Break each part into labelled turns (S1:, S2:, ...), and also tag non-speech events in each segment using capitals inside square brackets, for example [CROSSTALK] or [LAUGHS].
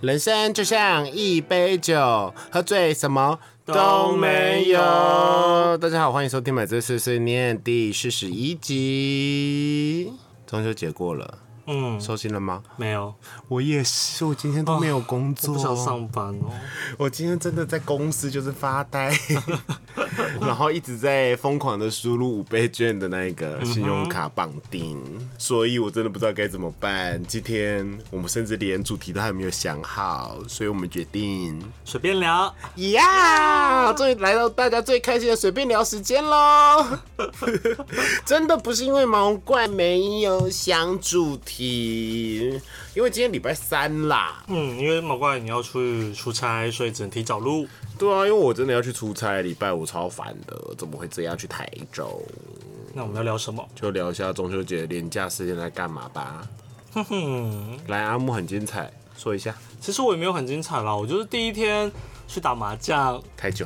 S1: 人生就像一杯酒，喝醉什么都
S2: 都
S1: 没
S2: 没
S1: 有
S2: 有。
S1: 大家好，欢迎收听《买醉碎碎念》第四十一集。中秋节过了，
S2: 嗯，
S1: 收心了吗？
S2: 没有，
S1: 我也是，我今天都没有工
S2: 我
S1: 作
S2: 不想上班哦。
S1: [LAUGHS] 我今天真的在公司就是发呆， [LAUGHS] 然后一直在疯狂的输入五倍券的那个信用卡绑定，所以我真的不知道该怎么办。今天我们甚至连主题都还没有想好，所以我们决定，
S2: 随便聊，
S1: 呀、终于来到大家最开心的随便聊时间喽！ [LAUGHS] 真的不是因为毛怪没有想主题，因为今天礼拜三啦。
S2: 嗯，因为毛怪你要去出差，所以只能提早录。
S1: 对啊，因为我真的要去出差，礼拜五超烦的，怎么会这样去台州？
S2: 那我们要聊什么？
S1: 就聊一下中秋节连假时间在干嘛吧。
S2: 哼哼，
S1: 来，阿木很精彩，说一下
S2: 其实我也没有很精彩啦，我就是第一天去打麻将， [LAUGHS]
S1: 台酒。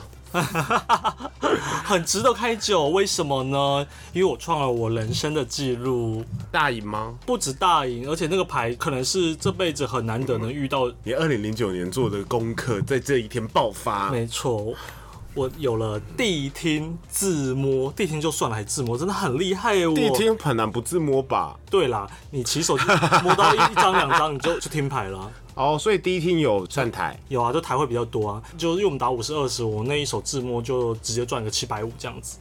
S2: 很值得开酒。为什么呢？因为我创了我人生的记录，
S1: 大姨吗？
S2: 不止大赢，而且那个牌可能是这辈子很难得能遇到。
S1: 你二零零九年做的功课在这一天爆发，
S2: 没错。我有了地听自摸，地听就算了，还自摸，真的很厉害哦耶！我
S1: 第一天很难不自摸吧？
S2: 对啦，你骑手机摸到一一张两张，你就就听牌啦。 [LAUGHS]
S1: 哦，所以第一天有站台，
S2: 有啊，就台会比较多啊。就是因为我们打五十二十，我那一手自摸就直接赚个七百五这样子。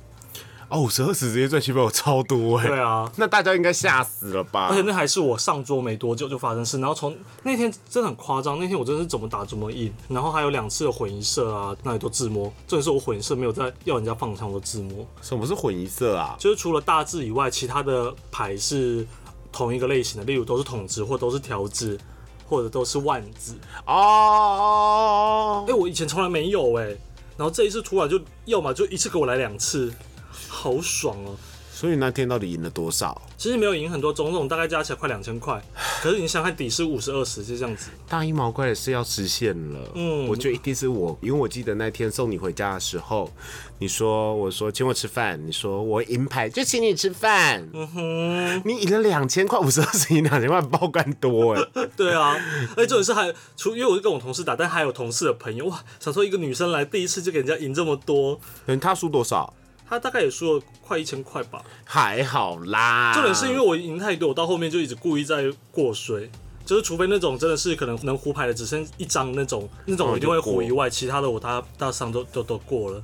S1: 哦，五十二十直接赚七百，我超多哎、
S2: 对啊，
S1: 那大家应该吓死了吧
S2: 而且？那还是我上桌没多久就发生事，然后从那天真的很夸张，那天我真的是怎么打怎么赢，然后还有两次的混一射啊，那里都自摸。重点是我混一射没有在要人家放长我自摸，
S1: 什么是混一色啊？
S2: 就是除了大致以外，其他的牌是同一个类型的，例如都是筒子或都是条子，或者都是万子。
S1: 哦
S2: 哎、，我以前从来没有哎、然后这一次突然就要么就一次给我来两次，好爽哦、
S1: 所以那天到底赢了多少？
S2: 其实没有赢很多种种，大概加起来快两千块。可是你想看底是五十二十就这样子，
S1: 大一毛怪的事要实现了，嗯，
S2: 嗯
S1: 我觉得一定是我，因为我记得那天送你回家的时候，你说我说请我吃饭，你说我银牌就请你吃饭，嗯哼，你赢了两千块，五十二十赢两千块，爆干多哎，
S2: 对啊。而且重点是还除因为我是跟我同事打，但还有同事的朋友哇，想说一个女生来第一次就给人家赢这么多，
S1: 嗯，他输多少？
S2: 她大概也输了快一千块吧。
S1: 还好啦，
S2: 重点是因为我赢太多，我到后面就一直故意在过水。就是除非那种真的是可能能胡牌的只剩一张那种，那种我一定会胡以外，其他的我大大上都都都过了，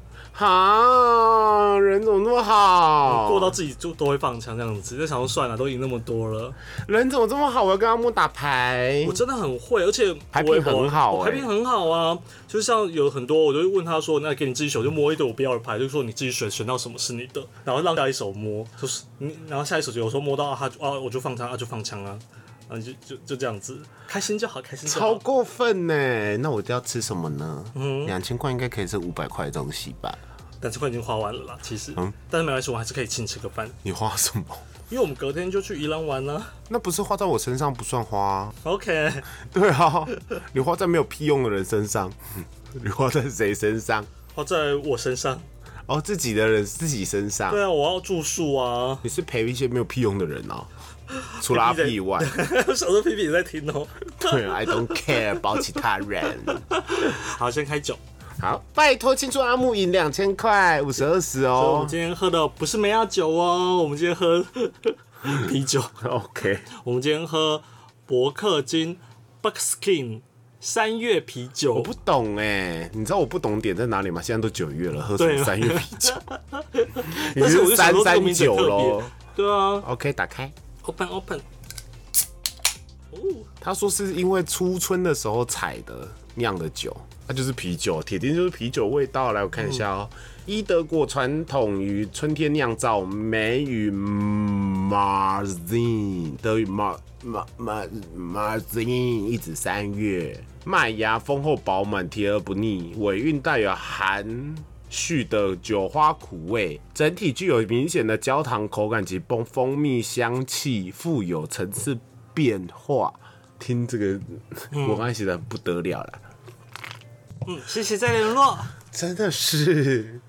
S1: 哈，人怎么那么好，
S2: 过到自己就都会放枪这样子，就想说算了，都赢那么多
S1: 嗯
S2: 了，
S1: 人怎么这么好？我要跟阿木打牌
S2: 我，真的很会，而且
S1: 牌
S2: 我啊
S1: 品很好
S2: 我
S1: 欸
S2: 牌品很好啊。就像有很多，我就会问他说：“那给你自己选，我就摸一堆我不要的牌，就说你自己选，选到什么是你的，然后让下一手摸，就是你，然后下一手有时候摸到啊，他就啊，我就放枪啊，就放枪啊，啊，你就就就这样子，开心就好，开心就
S1: 超
S2: 好。
S1: 过分呢，那我要吃什么呢？
S2: 嗯
S1: 两千块应该可以吃五百块的东西吧？
S2: 但是快已经花完了啦，其实，
S1: 嗯
S2: 但是没关系，我还是可以请你吃个饭，
S1: 你花什么？
S2: 因为我们隔天就去宜兰玩啦。
S1: 那不是花在我身上不算花、
S2: [LAUGHS]
S1: 啊，
S2: OK，
S1: 对啊，你花在没有屁用的人身上， [LAUGHS] 你花在谁身上？
S2: 花在我身上。
S1: 哦，自己的人自己身上
S2: 对，啊，我要住宿啊。 [LAUGHS]
S1: 你是陪一些没有屁用的人哦，除了阿 P 以外，
S2: 我想说皮皮也在听哦。
S1: [LAUGHS]
S2: [LAUGHS]
S1: 对，I 啊 don't care 包其他人。
S2: 好，先开酒。
S1: 好，拜托庆祝阿木赢两千块，五十二十
S2: 所以我们
S1: 哦。
S2: 今天喝的不是梅亚酒哦，我们今天喝 [LAUGHS] 啤酒，
S1: OK，
S2: [LAUGHS] 我们今天喝伯克金 （Buckskin） 三月啤
S1: 我
S2: 酒
S1: 不。懂哎、你知道我不懂点在哪里吗？现在都九月了，喝什
S2: 对
S1: 么
S2: 了
S1: 三月啤酒？
S2: [LAUGHS]
S1: 你
S2: 但是我
S1: 是
S2: 就想
S1: 三
S2: 说这个
S1: 三
S2: 名字
S1: 九
S2: 很特
S1: 喽
S2: 别。对啊
S1: OK，打开。
S2: ，Open Open。哦，
S1: 他说是因为初春的时候采的酿的酒，那就是啤酒，铁定就是啤酒味道。来，我看一下哦、伊德国传统于春天酿造，美与 Marzin 德语 Mar Mar Mar Marzin 一直三月，麦芽丰厚饱满，甜而不腻，尾韵带有含。蓄的酒花苦味，整体具有明显的焦糖口感及蜂蜂蜜香气，富有层次变化。听这个文案写的不得了了，
S2: 嗯，谢谢再联络。
S1: 真的是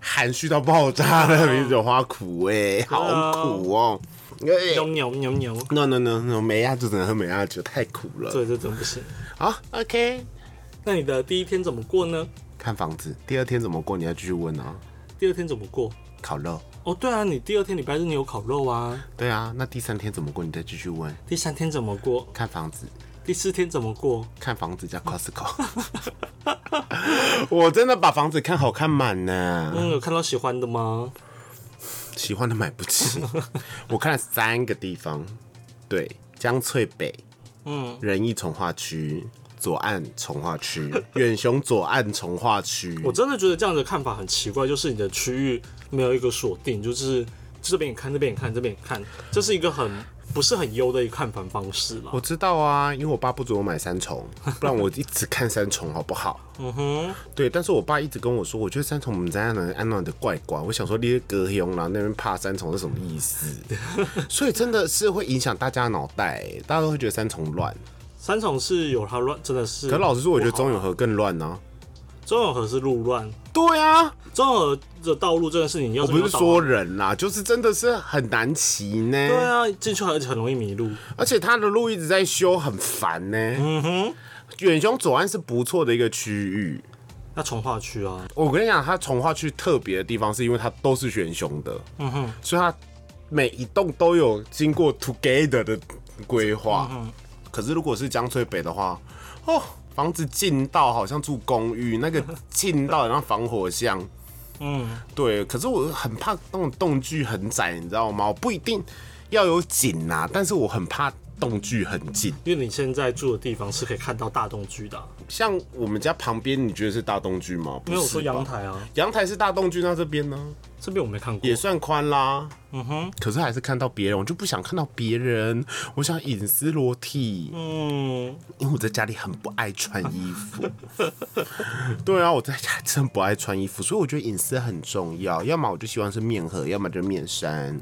S1: 含蓄到爆炸的米酒花苦味、好苦哦、
S2: 牛牛牛牛，
S1: No no no no，梅亚就只能喝梅亚酒，太苦了。
S2: 对，这真不行。
S1: 好，OK，
S2: 那你的第一天怎么过呢？
S1: 看房子，第二天怎么过？你要继续问啊。
S2: 第二天怎么过？
S1: 烤肉，
S2: 哦，对啊，你第二天礼拜日你有烤肉啊。
S1: 对啊。那第三天怎么过？你再继续问。
S2: 第三天怎么过？
S1: 看房子，
S2: 第四天怎么过？
S1: 看房子 [LAUGHS] 加 Costco。我真的把房子看好看满呢、
S2: 嗯，有看到喜欢的吗？
S1: 喜欢的买不 [LAUGHS] 起。我看了三个地方，对，江翠北，嗯，仁义从化区。左岸从化 [LAUGHS] 区，远雄左岸从化区，
S2: 我真的觉得这样的看法很奇怪，就是你的区域没有一个锁定，就是这边也看，那边也看，这边也看，这是一个很不是很优的一个看房方式啦
S1: 我。知道啊，因为我爸不准我买三重，不然我一直看三重好不好？嗯哼，对，但是我爸一直跟我说，我觉得三重我们在那安暖的怪怪，我想说你是隔雄啦，那边怕三重是什么意 [LAUGHS] 思？所以真的是会影响大家的脑袋，大家都会觉得三重乱。
S2: 三重是有它乱，真的是。
S1: 可老实说，我觉得中永和更乱啊呢、
S2: 中永和是路乱，
S1: 对啊，
S2: 中永和的道路真的是你要
S1: 我啊
S2: 是
S1: 不
S2: 没有
S1: 是
S2: 导
S1: 说
S2: 航，
S1: 人啦，就是真的是很难骑呢。
S2: 对啊，进去而且很容易迷路。
S1: 而且他的路一直在修，很烦呢。嗯哼，远雄左岸是不错的一个区域。
S2: 那从化区啊，
S1: 我跟你讲，它从化区特别的地方，是因为它都是选雄的，嗯哼，所以它每一栋都有经过 Together 的规划。
S2: 嗯
S1: 可是如果是江翠北的话，哦，房子近到好像住公寓，那个近到很像防火巷。嗯，对。可是我很怕那种栋距很窄，你知道吗？我不一定要有紧啊，但是我很怕栋距很近。
S2: 因为你现在住的地方是可以看到大洞居的啊、
S1: 像我们家旁边，你觉得是大栋距吗？不
S2: 没有
S1: 是
S2: 说
S1: 吧
S2: 阳台啊，
S1: 阳台是大栋距，那这边呢？
S2: 这边我没看过
S1: 也。算宽啦。嗯哼，可是还是看到别人，我就不想看到别人，我想隐私裸体，
S2: 嗯，
S1: 因为我在家里很不爱穿衣
S2: [LAUGHS]
S1: 服。对啊，我在家真不爱穿衣服，所以我觉得隐私很重要。要么我就希望是面盒，要么就面衫。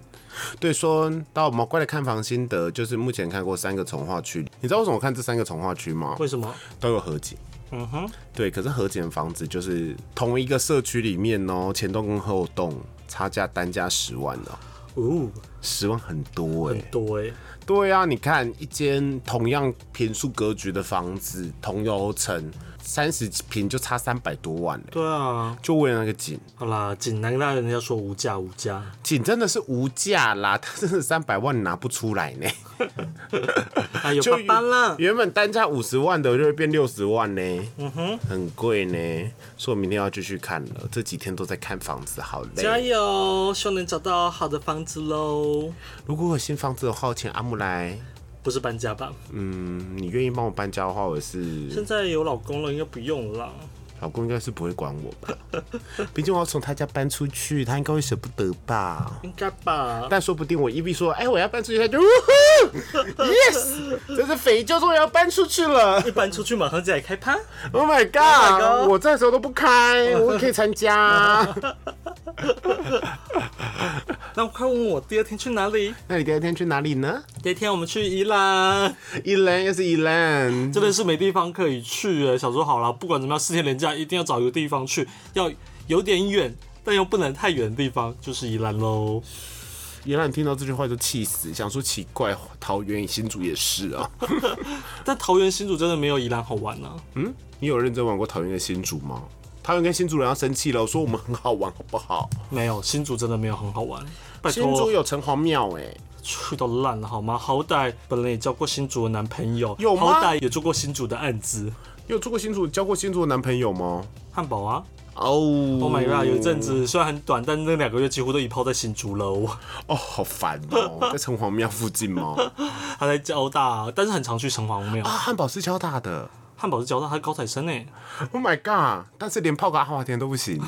S1: 对，说到毛怪的看房心得，就是目前看过三个从化区，你知道为什么我看这三个从化区吗？
S2: 为什么？
S1: 都有和解。
S2: 嗯哼，
S1: 对，可是和解的房子就是同一个社区里面哦、前栋跟后栋差价单价十万哦、
S2: 哦，
S1: 十万很多哎、
S2: 很多哎、
S1: 对啊，你看一间同样平数格局的房子，同楼层，三十平就差三百多万嘞、
S2: 对啊，
S1: 就为了那个景，
S2: 好啦，锦南那人家说无价无价， [LAUGHS]
S1: 景真的是无价啦，它真的三百万拿不出来 [LAUGHS] 呢、
S2: 哎有
S1: 就
S2: 爸爸啦，
S1: 原本单价五十万的就会变六十万呢、嗯哼，很贵呢、所以我明天要继续看了，这几天都在看房子，好
S2: 加
S1: 累。
S2: 油，希望能找到好的房子喽。
S1: 如果我有新房子的话，我请阿木来，
S2: 不是搬家吧？
S1: 嗯，你愿意帮我搬家的话，我是
S2: 现在有老公了，应该不用了啦。
S1: 老公应该是不会管我吧？ [LAUGHS] 毕竟我要从他家搬出去，他应该会舍不得吧？
S2: 应该吧？
S1: 但说不定我一 B 说，哎、我要搬出去，他就呜呼，yes，这是肥就终于要搬出去了
S2: 一搬出去马上就来开趴，
S1: ，Oh my god，,
S2: my god
S1: 我这时候都不
S2: [LAUGHS]
S1: 开，我可以参加。
S2: 那快问我第二天去哪里？
S1: 那你第二天去哪里呢？
S2: 第二天我们去宜兰，
S1: 宜兰又是宜兰，
S2: 真的是没地方可以去哎。想说好了，不管怎么样，四天连假一定要找一个地方去，要有点远，但又不能太远的地方，就是宜兰喽。
S1: 宜兰听到这句话就气死，想说奇怪，桃园新竹也是啊。 [LAUGHS]
S2: 但桃园新竹真的没有宜兰好玩啊。
S1: 嗯，你有认真玩过桃园跟新竹吗？桃园跟新竹人要生气了，我说我们很好玩，好不好？
S2: 没有，新竹真的没有很好玩。拜
S1: 新竹
S2: 托，
S1: 有城隍庙哎、
S2: 去到烂了好吗？好歹本人也交过新竹的男朋友，
S1: 有吗
S2: 好歹也做过新竹的案子，
S1: 你有做过新竹交过新竹的男朋友吗？
S2: 汉堡啊。
S1: 哦、oh,
S2: Oh my god！有一阵子虽然很短，但那两个月几乎都一泡在新竹楼。 [LAUGHS]
S1: 哦，好烦哦，在城隍庙附近吗？ [LAUGHS]
S2: 他在交大，但是很常去城隍庙
S1: 啊，。汉堡是交大 [LAUGHS] 的
S2: 汉堡是交大，他是高材生欸呢。
S1: ，Oh my god！但是连泡个阿华田都不行。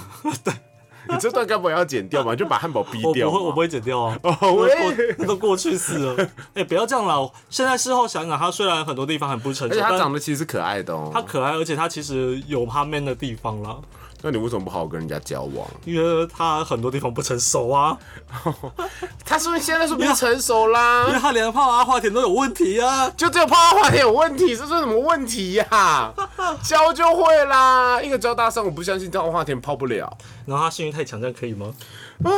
S1: 对， [LAUGHS] 你这段该不会要剪掉吧？就把汉堡逼
S2: 我不
S1: 掉
S2: 会，
S1: 嘛。
S2: 我不会剪掉啊。
S1: [LAUGHS] 哦
S2: 我
S1: 喂
S2: 我那都过去式了。
S1: [LAUGHS]
S2: 哎、不要这样啦！现在事后想想，他虽然很多地方很不成
S1: 而
S2: 熟，
S1: 且他
S2: 但
S1: 长得其实是可爱的哦
S2: 他。可爱，而且他其实有他 man 的地方啦。
S1: 那你为什么不好好跟人家交往？
S2: 因为他很多地方不成熟啊，
S1: 他是不是现在说明成熟啦？
S2: 因为他连泡阿华田都有问题啊。
S1: 就只有泡泡花点有问题，这是什么问题呀、 [LAUGHS] 教就会啦，一个交大生，我不相信泡花田泡不了。
S2: 然后他性欲太强，这样可以吗？
S1: 啊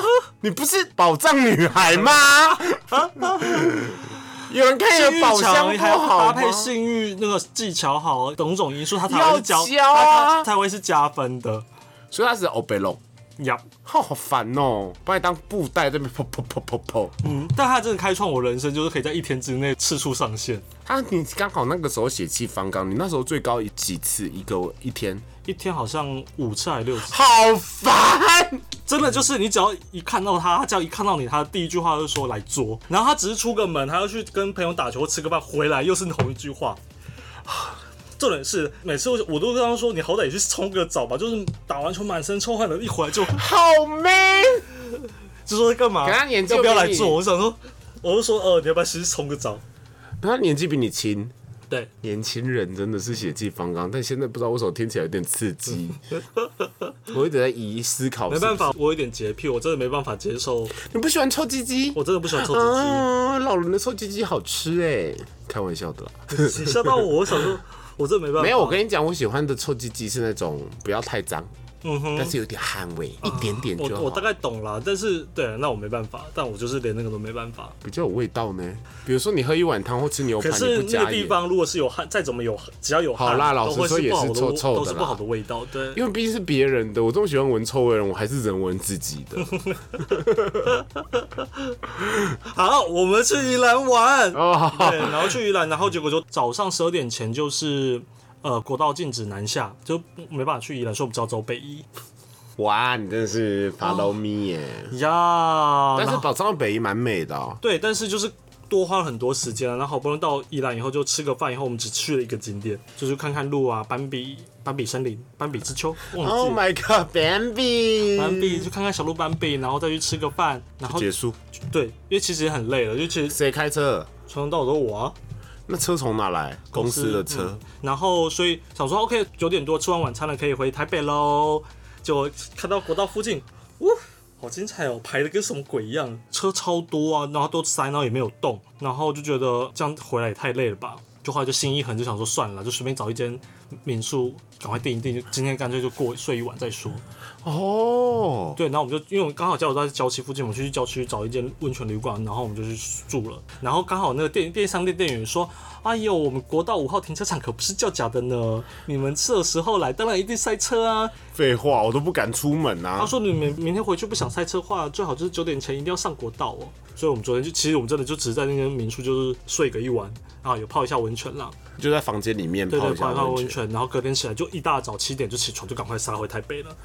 S1: 你不是宝藏女孩吗？ [LAUGHS] 有人看你
S2: 性
S1: 的
S2: 欲
S1: 宝
S2: 强
S1: 箱不
S2: 还要
S1: 好
S2: 搭
S1: 吗？
S2: 配性欲那个技巧好，种种因素，他才
S1: 要
S2: 会是加，
S1: 教啊
S2: 他才会是加分的。
S1: 所以他是欧贝龙，
S2: 呀，
S1: 好烦哦、把你当布袋这边噗噗噗噗噗。
S2: 嗯，但他真的开创我人生，就是可以在一天之内次数上限，
S1: 他你刚好那个时候血气方刚，你那时候最高几次一个一天？
S2: 一天好像五次还是六次，
S1: 好烦！
S2: 真的就是你只要一看到他，他只要一看到你，他第一句话就是说来捉，然后他只是出个门，他要去跟朋友打球吃个饭，回来又是同一句话。 [SIGHS] 重点是每次我我都跟他说，你好歹也去冲个澡吧，就是打完球满身臭汗的，一回来就 [LAUGHS]
S1: 好 man，
S2: 就说干嘛？
S1: 给他研究
S2: 要不要来
S1: 给你
S2: 做？我想说，我就说呃，你要不要先去冲个澡？
S1: 他年纪比你轻。
S2: 对，
S1: 年轻人真的是血气方刚，但现在不知道为什么听起来有点刺
S2: [LAUGHS]
S1: 激。我一直在疑思考，
S2: 没办，法，我有点洁癖，我真的没办法接受，
S1: 你不喜欢臭鸡鸡？
S2: 我真的不喜欢臭鸡鸡。
S1: 啊，老人的臭鸡鸡好吃哎、开玩笑的啦。 [LAUGHS]
S2: 你吓到我，我想说，我真的没办法。
S1: 没有，我跟你讲，我喜欢的臭鸡鸡是那种不要太脏，
S2: 嗯哼，
S1: 但是有点汗味，一点点就
S2: 我我大
S1: 好，
S2: 概懂啦，但是对，啊那我没办法，但我就是连那个都没办法。
S1: 比较有味道呢。比如说你喝一碗汤或吃牛排，
S2: 可
S1: 你
S2: 是
S1: 不
S2: 那
S1: 加
S2: 个地
S1: 盐，
S2: 方如果是有汗，再怎么有汗，只要有汗，
S1: 好啦老
S2: 都
S1: 实
S2: 会
S1: 说也
S2: 不好
S1: 是
S2: 的
S1: 臭
S2: 味
S1: 臭
S2: 都
S1: 的
S2: 是不
S1: 啦
S2: 好的味道。对，
S1: 因为毕竟是别人的，我这么喜欢闻臭味的人，我还是人闻自己
S2: [LAUGHS]
S1: 的。
S2: 好，我们去宜兰玩，
S1: 哦，
S2: 对，然后去宜兰，然后结果就早上十二点前就是呃国道禁止南下，就没办法去宜兰，所以我们只好走北宜
S1: 哇，你真的是
S2: 哦
S1: follow me 耶、
S2: 呀。
S1: 但
S2: 然
S1: 是
S2: 后
S1: 宝藏北蛮美的、哦。
S2: 对，但是就是多花了很多时间啊然后好不容易到宜兰以后，就吃个饭以后，我们只去了一个景点，就是看看路啊，斑比斑比森林、斑比之丘，忘记
S1: Oh
S2: 了。
S1: my god, Bambi！
S2: 斑比就看看小鹿斑比，然后再去吃个饭，然后
S1: 结束。
S2: 对，因为其实也很累了，就其实
S1: 谁开车？
S2: 从头到尾都我啊，
S1: 那车从哪来？公司的车
S2: 嗯。然后所以想说 OK，九点多吃完晚餐了，可以回台北喽。就看到国道附近，呜，好精彩哦，排的跟什么鬼一样，车超多啊，然后都塞，然后也没有动，然后就觉得这样回来也太累了吧。就后来就心一横，就想说算了，就随便找一间民宿，赶快订一订，就今天干脆就过睡一晚再说。
S1: 哦，
S2: 对，然后我们就因为我们刚好加油站在郊区附近，我们去郊区找一间温泉旅馆，然后我们就去住了。然后刚好那个电电商店店员说：“哎呦，我们国道五号停车场可不是叫假的呢，你们这时候来，当然一定塞车啊。
S1: 废话，我都不敢出门
S2: 他
S1: 啊。
S2: 说：“你们明天回去不想塞车的话，最好就是九点前一定要上国道哦。”所以我们昨天就其实我们真的就只是在那间民宿就是睡个一晚，然后有泡一下温泉啦，
S1: 就在房间里面
S2: 对
S1: 泡
S2: 对，
S1: 一下
S2: 泡一下温
S1: 温泉，
S2: 泉，然后隔天起来就一大早七点就起床，就赶快杀回台北了，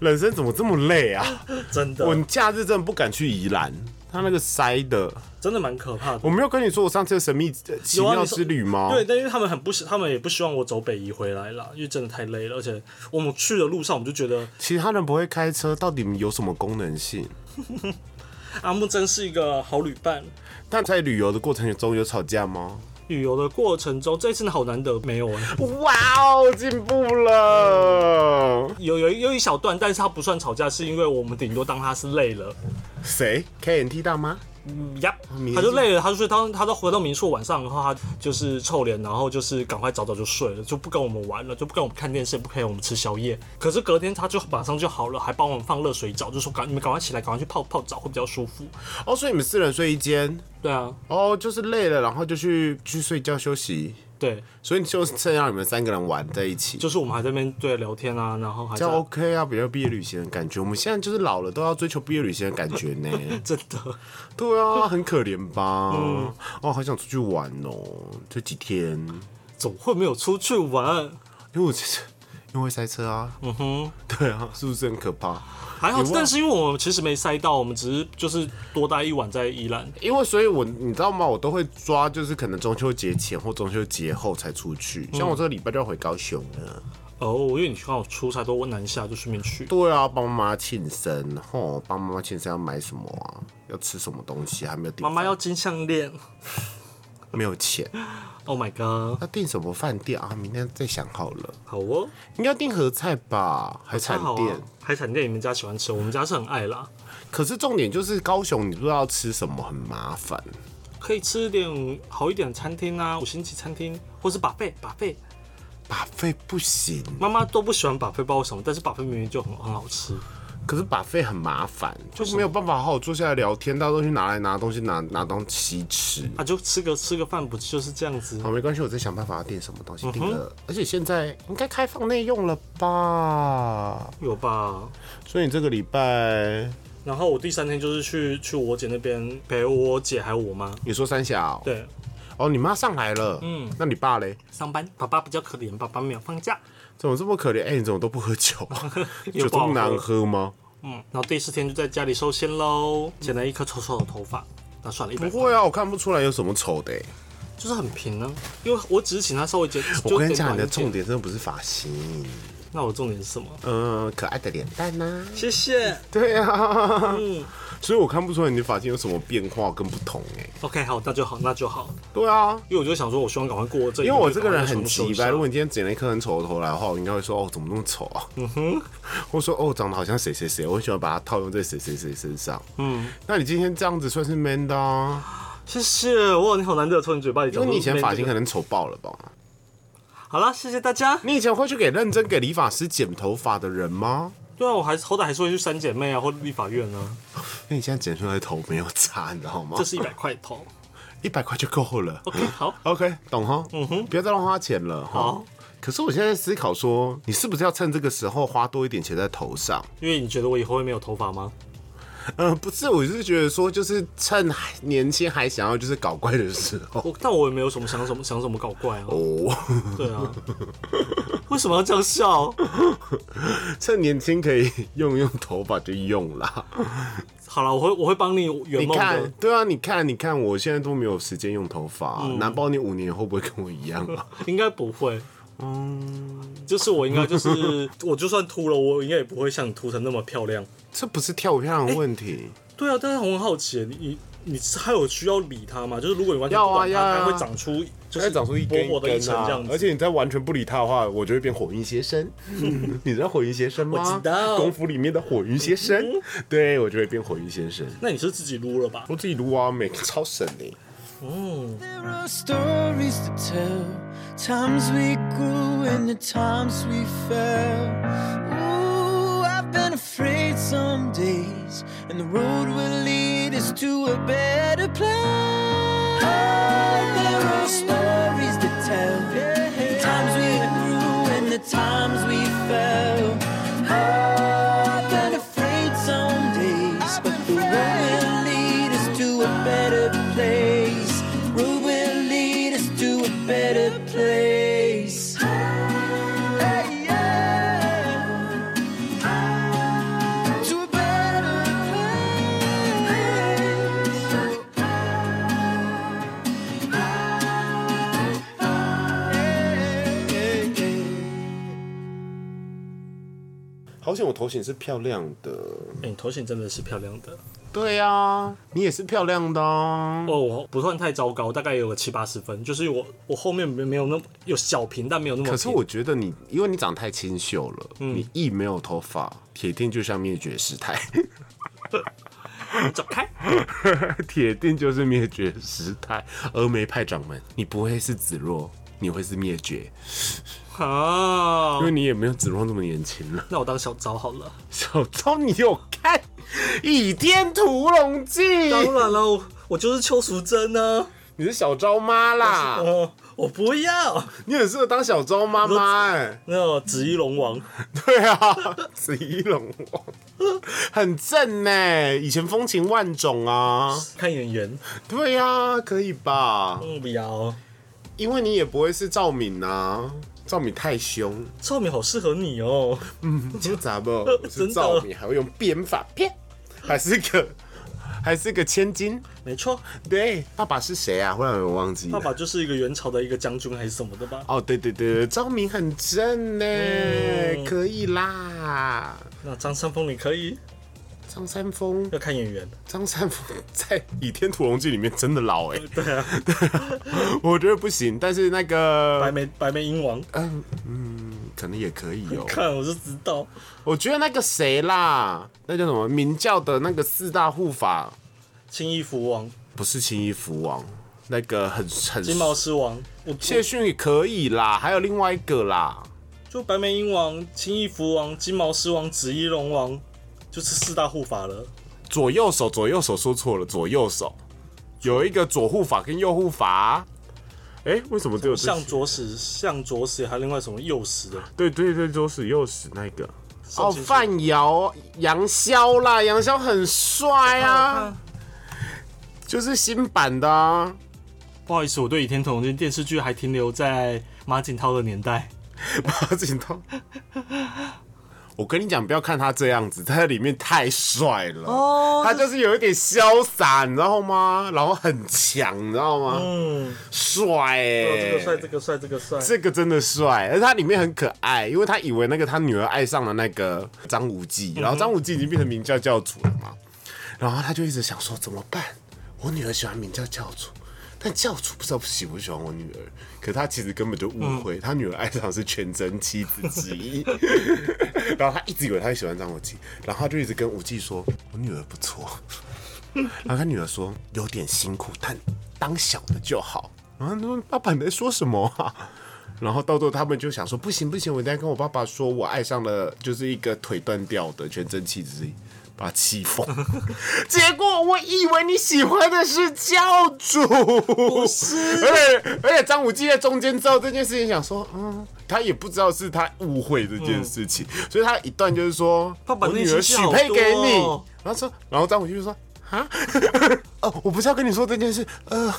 S1: 人生怎么这么累
S2: [LAUGHS]
S1: 啊？
S2: 真
S1: 我
S2: 的
S1: 假日 [LAUGHS] 真的不敢去宜兰，他那个塞的。
S2: 真的蛮可怕的。
S1: 我没有跟你说我上次的神秘呃奇
S2: 有啊
S1: 妙
S2: 你说
S1: 之旅吗？
S2: 对，，但因为他们很不希，他们也不希望我走北移回来啦，因为真的太累了，而且我们去的路上，我们就觉得
S1: 其他人不会开车，到底有什么功能性？
S2: 阿啊木真是一个好旅伴。
S1: 但在旅游的过程中有吵架吗？
S2: 旅游的过程中，这一次好难得没
S1: [LAUGHS]
S2: 有、欸，
S1: 哇哦，进步了！
S2: 有有有一小段，但是它不算吵架，是因为我们顶多当他是累了，
S1: 谁？KNT 大妈？
S2: 呀
S1: 明，
S2: 他就累了，他就睡，当他到回到民宿晚上的话，他就是臭脸，然后就是赶快早早就睡了，就不跟我们玩了，就不跟我们看电视，不陪我们吃宵夜。可是隔天他就马上就好了，还帮我们放热水澡，就说赶你们赶快起来，赶快去泡泡澡会比较舒服。
S1: 哦，所以你们四人睡一间，
S2: 对啊，
S1: 哦，就是累了，然后就去去睡觉休息，
S2: 对。
S1: 所以就剩下你们三个人玩在一起，
S2: 就
S1: 就是
S2: 我们还在那边对聊天啊，然后还
S1: 这
S2: 在
S1: 样 OK 啊，比较毕业旅行的感觉。我们现在就是老了都要追求毕业旅行的感觉呢， [LAUGHS]
S2: 真的
S1: 对啊，很可怜吧？哦，好想出去玩哦，这几天，
S2: 总会没有出去玩，
S1: 因为我其实因为塞车啊，嗯哼，对啊，是不是很可怕？
S2: 还好，但是因为我们其实没塞到，我们只是就是多待一晚在宜兰。
S1: 因为所以我，你知道吗？我都会抓，就是可能中秋节前或中秋节后才出去。像我这个礼拜就要回高雄了。
S2: 哦，因为你看我出差都南下，就顺便去。
S1: 对啊，帮妈妈庆生，吼，帮妈妈庆生要买什么啊？要吃什么东西？还没有定。
S2: 妈妈要金项链，
S1: 没有钱，
S2: Oh my god！
S1: 那订什么饭店啊？明天再想好了，
S2: 好哦，
S1: 应该订合菜吧，海产
S2: 好
S1: 店。
S2: 啊，海产店你们家喜欢吃，我们家是很爱啦。
S1: 可是重点就是高雄，你不知道吃什么，很麻烦。
S2: 可以吃点好一点的餐厅啊，五星级餐厅，或是把费把费。
S1: 把费不行，
S2: 妈妈都不喜欢把费，不知道为什么，但是把费明明就很很好吃。
S1: 可是把费很麻烦，就是没有办法好好坐下来聊天，大家都去拿来拿东西拿拿东西吃。
S2: 啊，就吃个吃个饭，不就是这样子？
S1: 好，没关系，我在想办法要订什么
S2: 嗯
S1: 东西。订了，而且现在应该开放内用了吧？
S2: 有吧？
S1: 所以你这个礼拜，
S2: 然后我第三天就是去去我姐那边陪我姐还有我妈。
S1: 你说三峡哦，
S2: 对，
S1: 哦，你妈上来了，嗯，那你爸嘞？
S2: 上班，爸爸比较可怜，爸爸没有放假。
S1: 怎么这么可怜？哎、你怎么都不喝
S2: [LAUGHS]
S1: 酒啊？酒
S2: 又
S1: 这
S2: 不好
S1: 么
S2: 喝
S1: 难喝吗？
S2: 嗯，然后第四天就在家里收心喽，剪了一颗丑丑的头发。那算了，一百
S1: 不
S2: 块
S1: 会啊，我看不出来有什么丑的、哎
S2: 就是很平啊，因为我只是请他稍微剪。
S1: 我跟
S2: 就
S1: 你
S2: 剪
S1: 讲，你
S2: 短一
S1: 的
S2: 点
S1: 重点真的不是发型，
S2: 那我重点是什么？
S1: 嗯、可爱的脸蛋啊呐、
S2: 谢谢。
S1: 对 [LAUGHS] 啊，
S2: 嗯
S1: 所以我看不出来你的发型有什么变化跟不同哎、
S2: ，OK，好，那就好，那就好。
S1: 对啊，
S2: 因为我就想说，我希望赶快过这一个月，
S1: 因为我这个人
S2: 赶
S1: 很
S2: 快全部
S1: 急
S2: 收一
S1: 白，
S2: 下
S1: 如果你今天剪了一颗很丑的头来的话，我应该会说哦，怎么那么丑啊？嗯哼， [LAUGHS] 或说哦，长得好像谁谁谁，我很喜欢把它套用在谁谁谁身上。嗯，那你今天这样子算是 man 的啊，
S2: 谢谢，哇，你好难得从你嘴巴里
S1: 因
S2: 讲
S1: 为
S2: 出那个。
S1: 你以前发型可能丑爆了吧？
S2: 好了，谢谢大家。
S1: 你以前会去给认真给理发师剪头发的人吗？
S2: 对啊，我还是好歹还是会去三姐妹啊，或立法院啊，
S1: 那你现在剪出来的头没有差， [LAUGHS] 你知道吗
S2: 这？是一百块头。
S1: 一百块就够了。
S2: OK，好，
S1: OK，懂哈？嗯哼，不要再乱花钱了哈
S2: 好。
S1: 可是我现在在思考说，你是不是要趁这个时候花多一点钱在头上？ [LAUGHS]
S2: 因为你觉得我以后会没有头发吗？
S1: 嗯，不是，我是觉得说，就是趁还年轻还想要就是搞怪的时候 [LAUGHS]
S2: 我但我也没有什么想什么想什么搞怪啊。
S1: 哦，
S2: 对啊， [LAUGHS] 为什么要这样笑？
S1: 趁年轻可以用用头发就用啦。
S2: 好了，我会我会帮你圆
S1: 你
S2: 梦
S1: 看
S2: 的。，
S1: 对啊，你看，你看，我现在都没有时间用头发、
S2: 嗯
S1: 难保你五年后不会跟我一样啊？
S2: 应该不会。嗯，就是我应该就是我就算秃了，我应该也不会像你秃成那么漂亮。
S1: 这不是跳不漂亮的问题，
S2: 对啊，但是我很好奇，你你你是还有需要理它吗？就是如果你完全
S1: 要
S2: 不
S1: 啊
S2: 管它，
S1: 要啊
S2: 它会长出就是薄薄的一啊层这样子。
S1: 而且你再完全不理他的话，我就会变火云邪
S2: [LAUGHS]
S1: 神。你知道火云邪神吗？
S2: 我知道嗯
S1: 功夫里面的火云邪神，对我就会变火云邪神。
S2: 那你是自己撸了吧？哦
S1: 我自己撸啊，每个超神的、
S3: There are stories to tell. Times we grew and the times we fell. Ooh, I've been afraid some days, and the road will lead us to a better place. Oh, there are stories to tell. Times we grew and the times we fell. Oh, I've been afraid some days, but the road will lead us to a better place. Road will lead us to a better place. Hey, yeah. To a better place. Yeah, yeah, yeah.
S1: 好险，我头型是漂亮的。
S2: 哎、你头型真的是漂亮的
S1: 对呀、啊，你也是漂亮的、啊。
S2: 哦，我不算太糟糕，大概有个七八十分。就是我我后面没没有那么有小平，但没有那么平。
S1: 可是我觉得你，因为你长太清秀了，
S2: 嗯
S1: 你一没有头发，铁定就像灭绝师太， [LAUGHS]
S2: 你走 [LAUGHS] 开，
S1: 铁定就是灭绝师太。峨眉派掌门，你不会是子若，你会是灭绝，
S2: 好
S1: 因为，你也没有子若那么年轻了。
S2: 啊那我当小昭好了。
S1: [LAUGHS] 小昭，你有看《倚天屠龙记》？
S2: 当然了，我我就是邱淑贞呢、啊。
S1: 你是小昭妈啦， [LAUGHS]
S2: 呃，我不要。
S1: 你很适合当小昭妈妈哎、
S2: 那个紫衣龙王，
S1: 对啊， [LAUGHS] 紫衣龙王很正呢，以前风情万种 [LAUGHS] 啊。
S2: 看演员，
S1: 对呀、可以吧？
S2: 嗯，不要。
S1: 因为你也不会是赵敏啊，赵敏太 [LAUGHS] 凶，
S2: 赵敏好适合你哦，
S1: 你咋不？我是赵敏，还会用鞭法，啪，还是个还是个千金。
S2: 没错，
S1: 对，爸爸是谁啊？忽然我忘记了。
S2: 爸爸就是一个元朝的一个将军还是什么的吧？
S1: 哦，对对对对，赵敏很
S2: 嗯
S1: 正呢，可以啦。
S2: 那张三丰你可以，
S1: 张三丰，
S2: 要看演员，
S1: 张三丰在《倚天屠龙记》里面真的老哎、对啊，我觉得不行，但是那
S2: 白
S1: 个呃嗯
S2: 眉白眉鹰王，
S1: 可能也可以哦、
S2: 看我就知道，
S1: 我觉得那个谁啦，那叫什么明教的那个四大护法，
S2: 青衣福王、
S1: 不是青衣福王，那个很很
S2: 金毛狮王，我
S1: 谢逊也可以啦，还有另外一个啦，
S2: 就白眉鹰王、青衣福王、金毛狮王、紫衣龙王，就是四大护法了。
S1: 左右手左右手说错了，左右手有一个左护法跟右护法。哎、为什么只有这
S2: 向左使、向左使，还有另外什么右使的，
S1: 对对对，左使右使那个。
S2: 上
S1: 哦，
S2: 清楚
S1: 范瑶、杨逍啦，杨逍很帅
S2: 好
S1: 啊
S2: 看，
S1: 就是新版的啊。
S2: 不好意思，我对《倚天屠龙记》电视剧还停留在马景涛的年代。
S1: 马景涛，我跟你讲，不要看他这样子，他在里面太帅了。
S2: 哦
S1: 他就是有一点潇洒，你知道吗？然后很强，你知道吗？
S2: 嗯，
S1: 帅、欸，
S2: 个帅，这个帅
S1: 这个真的帅，而且他里面很可爱，因为他以为那个他女儿爱上了那个张无忌，然后张无忌已经变成明教教主了嘛，然后他就一直想说怎么办？我女儿喜欢明教教主，但教主不知道喜不喜欢我女儿。可他其实根本就误会，他女儿爱上的是全真妻子之一，然后他一直以为他喜欢张无忌，然后他就一直跟无忌说：“我女儿不错。”然后他女儿说有点辛苦，但当小的就好。然后他说爸爸你在说什么啊？然后到最后他们就想说不行不行，我一定要跟我爸爸说，我爱上了就是一个腿断掉的全真气之一。把他气疯， [LAUGHS] 结果我以为你喜欢的是教主， [LAUGHS] 不是？而且而且张无忌在中间知道这件事情，想说，嗯，他也不知道是他误会这件事情，所以他一段就是说，
S2: 嗯爸爸
S1: 我
S2: 内
S1: 女
S2: 心
S1: 儿
S2: 戏
S1: 许
S2: 好
S1: 配给
S2: 多
S1: 你，
S2: 哦
S1: 然后说，然后张无忌就说：“啊， [LAUGHS] 哦，我不是要跟你说这件事，呃，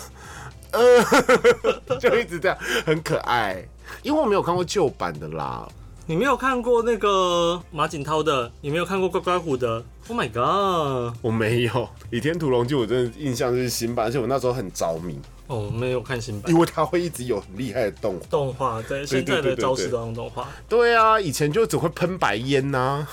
S1: 呃， [LAUGHS] 就一直这样，很可爱。因为我没有看过旧版的啦，
S2: 你没有看过那个马景涛的，你没有看过乖乖虎的？Oh my god！
S1: 我没有《倚天屠龙记》，我真的印象就是新版，而且我那时候很着
S2: [LAUGHS]
S1: 迷，
S2: 哦，没有看新版
S1: 因为它会一直有很厉害的动画。
S2: 动画，在现在的招式都用动画，
S1: 对啊，以前就只会喷白烟呐、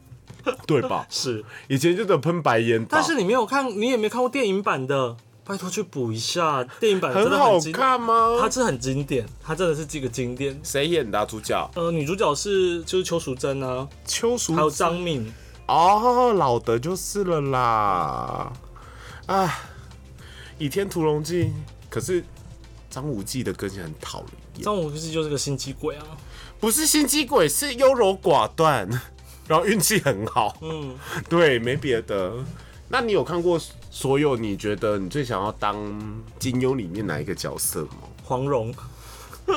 S1: [LAUGHS] 对吧？
S2: 是。
S1: 以前就只有喷白烟吧，
S2: 但是你没有看，你也没看过电影版的，拜托去补一下，电影版真
S1: 很
S2: 的
S1: 好
S2: 经，
S1: 看吗？
S2: 它是很经典，它真的是这个经典。
S1: 谁演的、啊、主角？
S2: 呃，女主角是就是邱淑贞啊，
S1: 邱淑
S2: 还有
S1: 贞
S2: 张敏，
S1: 哦，老的就是了啦。啊，《倚天屠龙记》可是张无忌的个性很讨人厌，
S2: 张无忌就是个心机鬼啊。
S1: 不是心机鬼，是优柔寡断， [LAUGHS] 然后运气很好。
S2: 嗯，
S1: 对，没别的。那你有看过所有你觉得你最想要当金庸里面哪一个角色吗？
S2: 黄蓉。 [LAUGHS]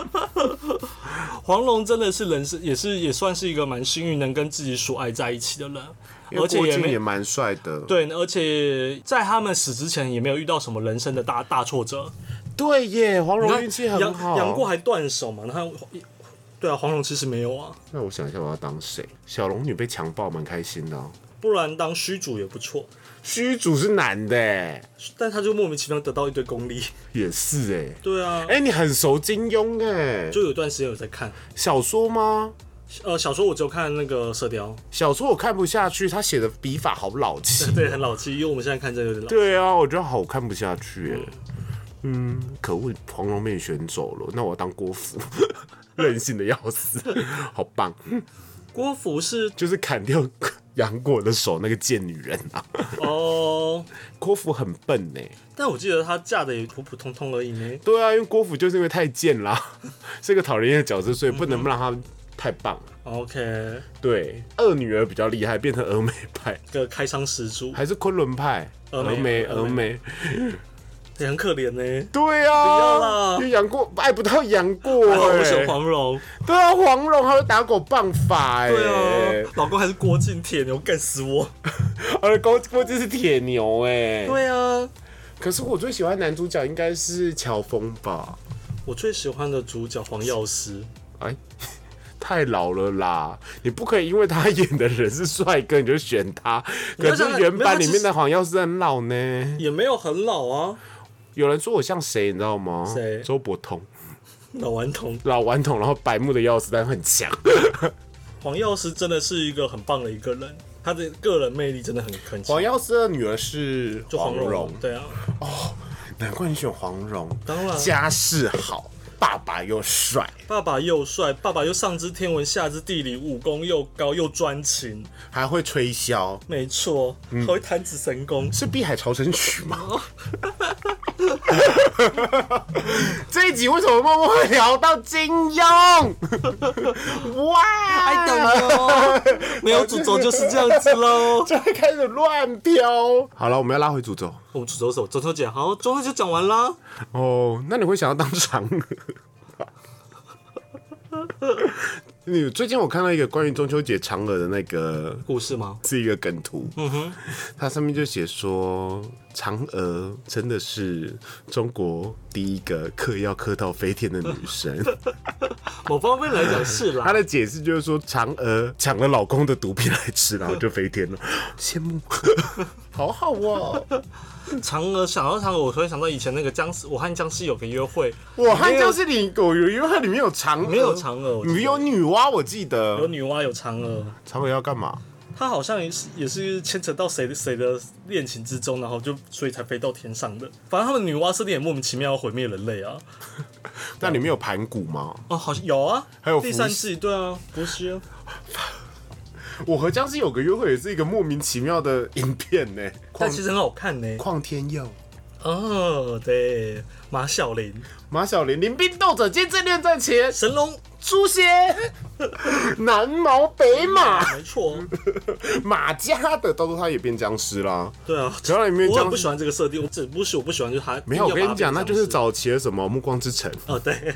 S2: 黄蓉真的是人是也是也算是一个蛮幸运能跟自己所爱在一起的人，
S1: 因为
S2: 而且
S1: 郭
S2: 也
S1: 靖也
S2: 没
S1: 蛮帅的。
S2: 对，而且在他们死之前也没有遇到什么人生的大大挫折。
S1: 对耶，黄蓉运气很
S2: 杨
S1: 好。
S2: 杨过还断手嘛，然后对啊，黄蓉其实没有啊，
S1: 那我想一下，我要当谁？小龙女被强暴，蛮开心的、哦。
S2: 不然当虚主也不错，
S1: 虚主是男的耶。
S2: 但他就莫名其妙得到一堆功力。
S1: 也是哎、
S2: 对啊，
S1: 哎、你很熟金庸哎、
S2: 就有段时间有在看，
S1: 小说吗？
S2: 呃，小时候我只有看那个《射雕》， [LAUGHS]
S1: 小说我看不下去，他写的笔法好老气。
S2: 对，很老气，因为我们现在看这个有点老。
S1: 对啊，我觉得好看不下去哎、嗯，可恶，黄蓉被你选走了，那我要当郭芙， [LAUGHS] 任性的要死，好棒，
S2: 郭芙是
S1: 就是砍掉杨过的手那个贱女人啊！
S2: 哦，
S1: 郭芙很笨哎、
S2: [LAUGHS] 但我记得她嫁的也普普通通而已呢。
S1: 对啊，因为郭芙就是因为太贱啦，是个讨人厌的角色，所以不能让她太棒了。
S2: OK，
S1: 对，二女儿比较厉害，变成峨眉派。
S2: 这个开仓始祖
S1: 还是昆仑派，
S2: 峨
S1: 峨
S2: 眉
S1: 眉，峨
S2: 峨眉
S1: 眉，
S2: 也很可怜呢。
S1: 对
S2: 不要
S1: 啊，
S2: 啦
S1: 因为杨过爱不到杨
S2: [LAUGHS]
S1: 过
S2: 还好我喜
S1: 哎
S2: 欢，黄蓉，
S1: 对啊，黄蓉还有打狗棒法哎，
S2: 对啊，老公还是郭靖铁牛干死我。
S1: 而郭郭靖是铁牛哎，
S2: 对啊，
S1: 可是我最喜欢男主角应该是乔峰吧，
S2: 我最喜欢的主角黄药师，
S1: 哎。太老了啦！你不可以因为他演的人是帅哥你就选他，
S2: 要
S1: 可是
S2: 想
S1: 原
S2: 没有他
S1: 版里
S2: 其
S1: 面
S2: 实
S1: 的黄药师很老呢。
S2: 也没有很老啊，
S1: 有人说我像谁，你知道吗？
S2: 谁
S1: 周伯通，
S2: 老顽童。
S1: 老顽童，然后白目的钥匙，但很强。
S2: 黄药师真的是一个很棒的一个人，他的个人魅力真的很
S1: 黄
S2: 很强，
S1: 药师的女儿是
S2: 就黄
S1: 蓉
S2: 蓉，，对啊，
S1: 难怪你选黄蓉，
S2: 当然
S1: 家世好，爸爸又帅，
S2: 爸爸又帅，爸爸又上知天文下知地理，武功又高又专情，
S1: 还会吹箫，
S2: 没错，还会弹指神功。
S1: 是《碧海潮生曲》吗？
S2: 哦
S1: [LAUGHS] 这一集为什么默默会聊到金
S2: [LAUGHS]
S1: 庸？哇！
S2: 哎呦， [LAUGHS] 没有主轴就是这样子喽。
S1: 就会开始乱飘。好了，我们要拉回主轴
S2: 我们主轴手中秋节好，中秋节讲完啦。
S1: 哦。那你会想要当嫦娥？ [LAUGHS] 你最近我看到一个关于中秋节嫦娥的那个
S2: 故事吗？
S1: 是一个梗图，嗯哼，它上面就写说，嫦娥真的是中国第一个嗑药嗑到飞天的女
S2: [LAUGHS]
S1: 神。
S2: 某方面来讲是啦
S1: 她。的解释就是说，嫦娥抢了老公的毒品来吃，然后就飞
S2: [LAUGHS]
S1: 天了，羡慕， [LAUGHS] 好好哦。
S2: 嫦娥想到嫦娥，我突然想到以前那个僵尸，我和僵尸有个约会，
S1: 我汉就是你，我有因为它里面有嫦娥，
S2: 没有嫦娥我记得
S1: 你有女娲，我记
S2: 有
S1: 得
S2: 女娲有嫦娥，
S1: 嫦娥要干嘛？
S2: 她好像也是也是牵扯到谁的谁的恋情之中，然后就所以才飞到天上的。反正他们女娲设定也莫名其妙要毁灭人类啊。
S1: 那里面有盘古吗？
S2: 哦，好像有啊，
S1: 还有
S2: 第
S1: 伏
S2: 三
S1: 羲
S2: 季，对啊，伏羲啊，
S1: 我和僵尸有个约会也是一个莫名其妙的影片呢、
S2: 但
S1: 邝
S2: 其实很好看呢、
S1: 邝天佑。
S2: 哦，对，马小玲、
S1: 马小玲、临兵斗者兼正恋战前，
S2: 神龙，
S1: 书写 [LAUGHS] 南毛北马
S2: 啊没错，
S1: 马家的，到时候他也变僵尸啦。
S2: 对
S1: [LAUGHS]
S2: 啊。
S1: 只要里面
S2: 我很
S1: 僵
S2: 不
S1: 尸
S2: 喜，欢这个设定，我只不是我不喜欢就是他
S1: 没有，我跟你讲，那就是
S2: 找
S1: 早期的什么《暮光之城》，[LAUGHS]
S2: 哦，对，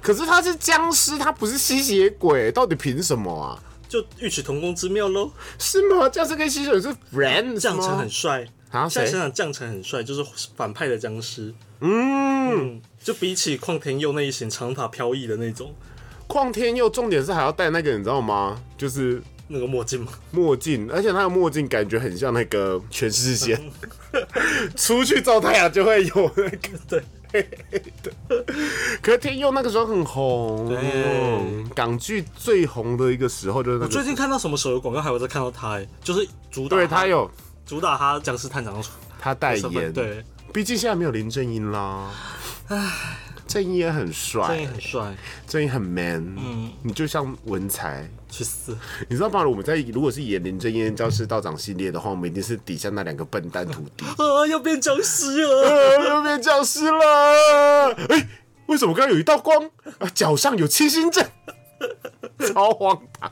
S1: 可是他是僵尸，他不是吸血鬼，到底凭什么啊？
S2: 就异曲同工之妙喽。
S1: 是吗？僵尸跟吸血鬼是 friends
S2: 将成
S1: 吗
S2: 很？帅
S1: 啊
S2: 现在
S1: 谁
S2: 想想将成很帅，就是反派的僵尸。
S1: 嗯，
S2: 嗯，就比起邝天佑那一型长发飘逸的那种
S1: 邝天佑重点是还要戴那个，你知道吗？就是
S2: 那个墨镜嘛， [LAUGHS]
S1: 墨镜，而且他的墨镜感觉很像那个全世 [LAUGHS] 界，出去照太阳就会有那个。
S2: 对，
S1: 可是天佑那个时候很红，
S2: 对
S1: 港剧最红的一个时候就是那
S2: 我最
S1: 个。
S2: 近看到什么手游广告，还有在看到他、欸，就是主打
S1: 对他有
S2: 主打他僵尸探长的身
S1: 他代
S2: 份，
S1: 言，，
S2: 对，
S1: 毕竟现在没有林正英啦。正英也很
S2: 真的
S1: 帅，
S2: 很帅，
S1: 正英很 man，嗯，你就像文才，
S2: 去死！
S1: 你知道吗？我们在如果是演林正英教师道长系列的话，我们一定是底下那两个笨蛋徒
S2: [LAUGHS]
S1: 弟。
S2: 啊，要变僵尸了，
S1: 呃又变教师了。哎、为什么刚刚有一道光？啊，脚上有七星
S2: [LAUGHS]
S1: 阵，超荒唐，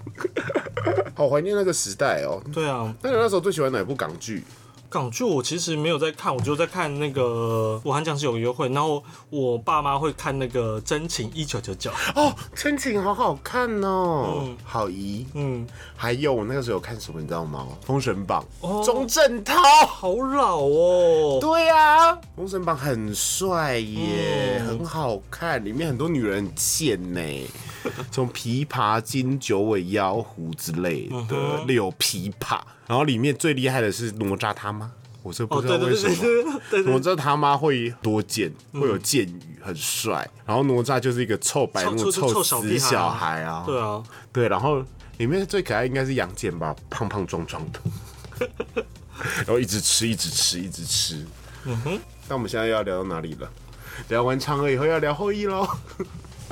S1: 好怀念那个时代哦。
S2: [LAUGHS] 对啊，
S1: 那你那时候最喜欢哪部港剧？
S2: 港剧我其实没有在看，我就在看那个《我和僵尸有个约会》，然后我爸妈会看那个《真情一九九九》，
S1: 哦，《真情》好好看哦，好姨。
S2: 嗯，
S1: 还有我那个时候有看什么，你知道吗？《封神榜》
S2: 哦
S1: 钟镇涛。
S2: 好老哦，
S1: 对呀、啊，《封神榜》很帅耶，很好看，里面很多女人很贱呢， [LAUGHS] 从琵琶精、九尾妖狐之类的六琵琶，然后里面最厉害的是哪吒他妈，我是不
S2: 哦，
S1: 知道
S2: 对对
S1: 为
S2: 对
S1: 什
S2: 对
S1: 么。
S2: 对
S1: [LAUGHS]
S2: 对对
S1: 哪吒他妈会多剑，会有剑雨，很帅。然后哪吒就是一个臭白目、
S2: 臭臭臭小屁
S1: 死
S2: 孩啊
S1: 小孩啊，
S2: 对啊，
S1: 对，然后里面最可爱应该是杨戬吧，胖胖壮壮
S2: [LAUGHS]
S1: 的，然后一直吃，一直吃，一直吃。嗯哼。那我们现在要聊到哪里了？聊完嫦娥以后要聊后羿喽。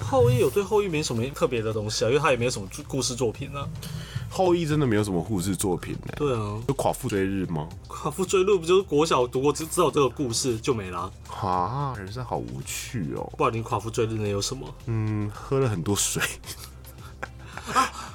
S2: 后羿有对后羿没什么特别的东西啊，因为他也没有什么故事作品啊。
S1: 后羿真的没有什么护士作品呢、
S2: 对啊，
S1: 有寡妇追日吗？
S2: 夸父追鹿不就是国小读过知知道这个故事就没啦？
S1: 啊，人生好无趣哦。
S2: 不然你夸父追日能有什么？
S1: 嗯，喝了很多水。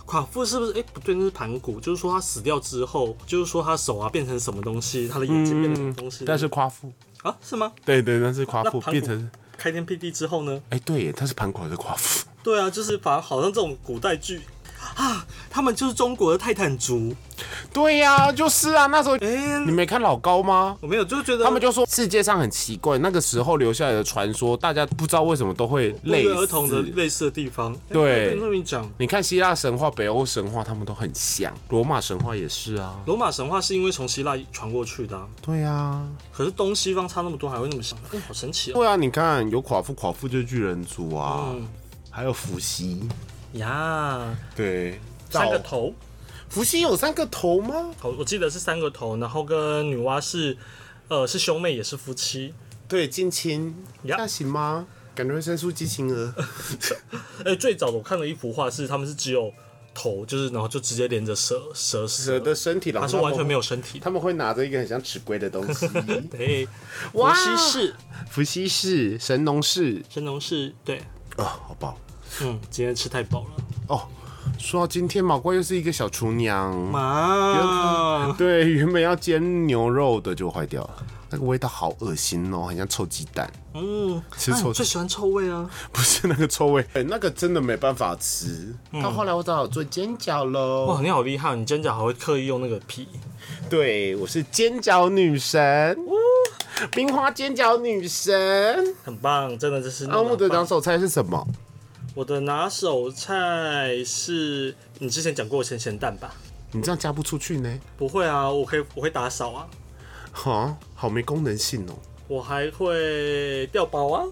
S2: 夸父是不是？哎、不对，那是盘古，就是说他死掉之后，就是说他手啊变成什么东西，他的眼睛变成什么东西。
S1: 嗯但是夸父，
S2: 啊，是吗？
S1: 对对，但是夸
S2: 那
S1: 父
S2: 盘古
S1: 变成，
S2: 开天辟地之后呢？
S1: 哎、对耶，他是盘古还是夸父？
S2: 对啊，就是反正好像这种古代剧啊，他们就是中国的泰坦族。
S1: [LAUGHS] 对呀、就是啊，那时候、
S2: 哎、
S1: 你没看老高吗？
S2: 我没有，就觉得
S1: 他们就说世界上很奇怪，那个时候留下来的传说，大家不知道为什么都会类
S2: 对
S1: 似。
S2: 儿童的类似的地方。哎
S1: 对
S2: 那你讲。
S1: 你看希腊神话、北欧神话，他们都很像，罗马神话也是啊。
S2: 罗马神话是因为从希腊传过去的啊、
S1: 对啊，
S2: 可是东西方差那么多，还会那么想，哎、好神奇哦！
S1: 对啊，你看有夸父，夸父就是巨人族啊，
S2: 嗯
S1: 还有伏羲，
S2: 呀，
S1: 对，
S2: 三个头，
S1: 伏羲有三个头吗？
S2: 头我记得是三个头，然后跟女娲是呃是兄妹也是夫妻。
S1: 对，近亲，
S2: Yup
S1: 那行吗？感觉会生出畸形儿。
S2: 哎，最早的我看了一幅画是他们是只有头，就是然后就直接连着蛇蛇
S1: 蛇的身体，然
S2: 它
S1: 后
S2: 是完全没
S1: 有。
S2: 有身体的。哎
S1: 他们会拿着一个很像尺规的东西。
S2: 对，伏
S1: 哇
S2: 羲氏，
S1: [LAUGHS] 伏羲氏、神农氏，
S2: 神农氏，对，
S1: 哦，好饱
S2: 嗯，今天吃太饱了。
S1: 哦。说到今天，毛怪又是一个小厨娘。
S2: 妈，
S1: 对，原本要煎牛肉的就坏掉了，那个味道好恶心哦，很像臭鸡蛋，
S2: 嗯，
S1: 吃
S2: 哎
S1: 臭
S2: 我最喜欢臭味啊！
S1: 不是那个臭 [LAUGHS] 味，哎那个真的没办法吃。到后来我只好做煎饺喽
S2: 哇，。你好厉害，你煎饺还会刻意用那个皮，
S1: 对，我是煎饺女神，冰花煎饺女神。
S2: 很棒，真的这是。
S1: 阿木啊的拿，手菜是什么？
S2: 我的拿手菜是你之前讲过咸咸蛋吧？
S1: 你这样加不出去呢？
S2: 不会啊，我可以我会打扫啊，
S1: 哈，好没功能性哦。
S2: 我还会掉包啊，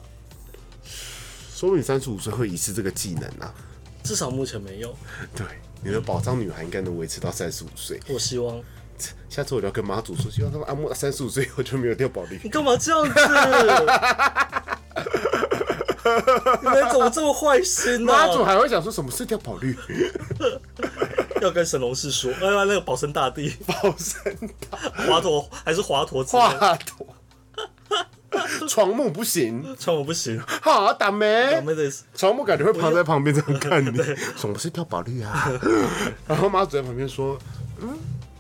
S1: 说明三十五岁会遗失这个技能啊。
S2: 至少目前没有，
S1: 对，你的宝藏女孩应该能维持到三十五岁。
S2: 我希望。
S1: 下次我就要跟妈祖说，希望他们阿木三十五岁以后就没有掉宝率。
S2: 你干嘛这样 [LAUGHS] 子？你们怎么这么坏心啊
S1: 妈
S2: 呢、
S1: 祖还会想说什么是掉宝率？
S2: 要跟神龙氏说，哎呀，那个保生大帝、
S1: 宝山大
S2: 华佗还是华佗之类的，
S1: 话筒，床木不行，
S2: 穿我不行，
S1: 好打
S2: 我
S1: 没？
S2: 们得死
S1: 床木感觉会趴在旁边这样看你，什么是掉宝率啊？然后妈祖在旁边说，嗯，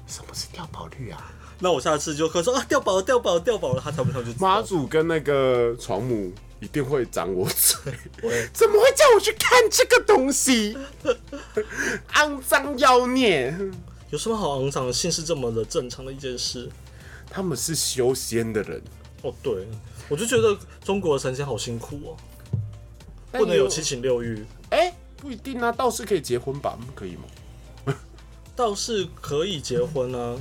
S1: 什么是掉宝率啊？
S2: 那我下次就可以说啊，掉宝了，掉宝了，掉宝了，他才不上就知
S1: 妈
S2: 道。
S1: 祖跟那个床母一定会掌我嘴，怎么会叫我去看这个东西？ [LAUGHS] 肮脏妖孽！
S2: 有什么好昂长的？性是这么的正常的一件事。
S1: 他们是修仙的人，
S2: 哦，对，我就觉得中国的神仙好辛苦哦，
S1: 但
S2: 不能有
S1: 也
S2: 七情六欲，
S1: 哎、不一定啊，道士可以结婚吧？可以吗？
S2: 倒是可以结婚啊。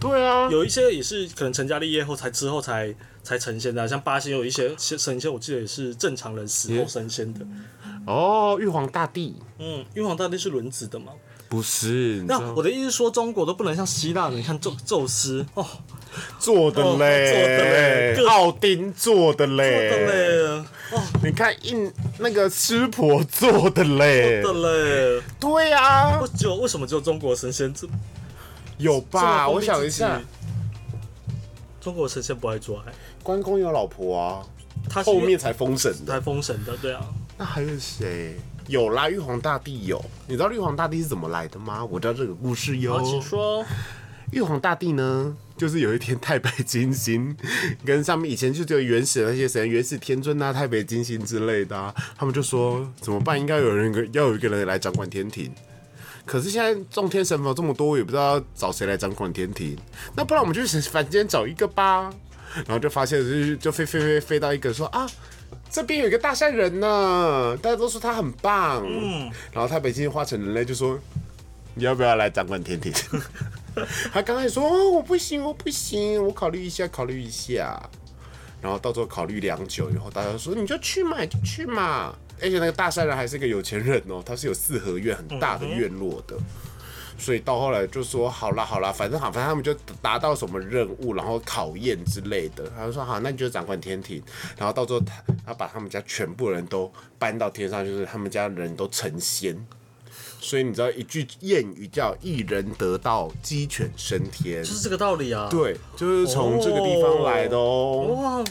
S1: 对啊，
S2: 有一些也是可能成家立业后才之后才才成仙的啊、像八仙有一些神仙，我记得也是正常人死后升仙的。
S1: 哦，玉皇大帝
S2: 嗯，玉皇大帝是轮子的嘛？
S1: 不是
S2: 那我的意思是说，中国都不能像希腊人，你看宙宙斯哦，
S1: 做的
S2: 哦做的嘞各
S1: 奥丁做的
S2: 做的嘞，哦，
S1: 你看印那个湿婆做的嘞
S2: 做的嘞，
S1: 对啊
S2: 不，只有为什么只有中国神仙这
S1: 有吧？
S2: 这么
S1: 啊我
S2: 封闭自己
S1: 想一下，
S2: 中国神仙不爱做爱，
S1: 关公有老婆啊，
S2: 他是
S1: 后面才封神的。
S2: 才封神的，对啊，
S1: 那还有谁？有啦，玉皇大帝有。你知道玉皇大帝是怎么来的吗？我知道这个故事哟
S2: 好，。哦请说，
S1: 玉皇大帝呢，就是有一天太白金星 [LAUGHS] 跟上面以前就只有原始的那些神，元始天尊啊、太白金星之类的、啊，他们就说怎么办？应该有人要有一个人来掌管天庭。可是现在众天神佛这么多，我也不知道要找谁来掌管天庭。那不然我们就去凡间找一个吧。然后就发现就是就飞飞飞飞到一个说啊，这边有一个大善人呢，大家都说他很棒。嗯，然后太北京化成人类就说，你要不要来掌管天庭？他刚开始说、哦、我不行，我不行，我考虑一下，考虑一下。然后到时候考虑良久以后，大家说你就去嘛，你就去嘛。而且那个大善人还是个有钱人哦，他是有四合院很大的院落的。所以到后来就说好啦好啦，反正好，反正他们就达到什么任务，然后考验之类的。他就说好，那你就掌管天庭。然后到最后他他把他们家全部人都搬到天上，就是他们家人都成仙。所以你知道一句谚语叫“一人得道，鸡犬升天
S2: 就是这个道理啊。”，
S1: 对，就是从这个地方来的哦。 [LAUGHS]
S2: 哇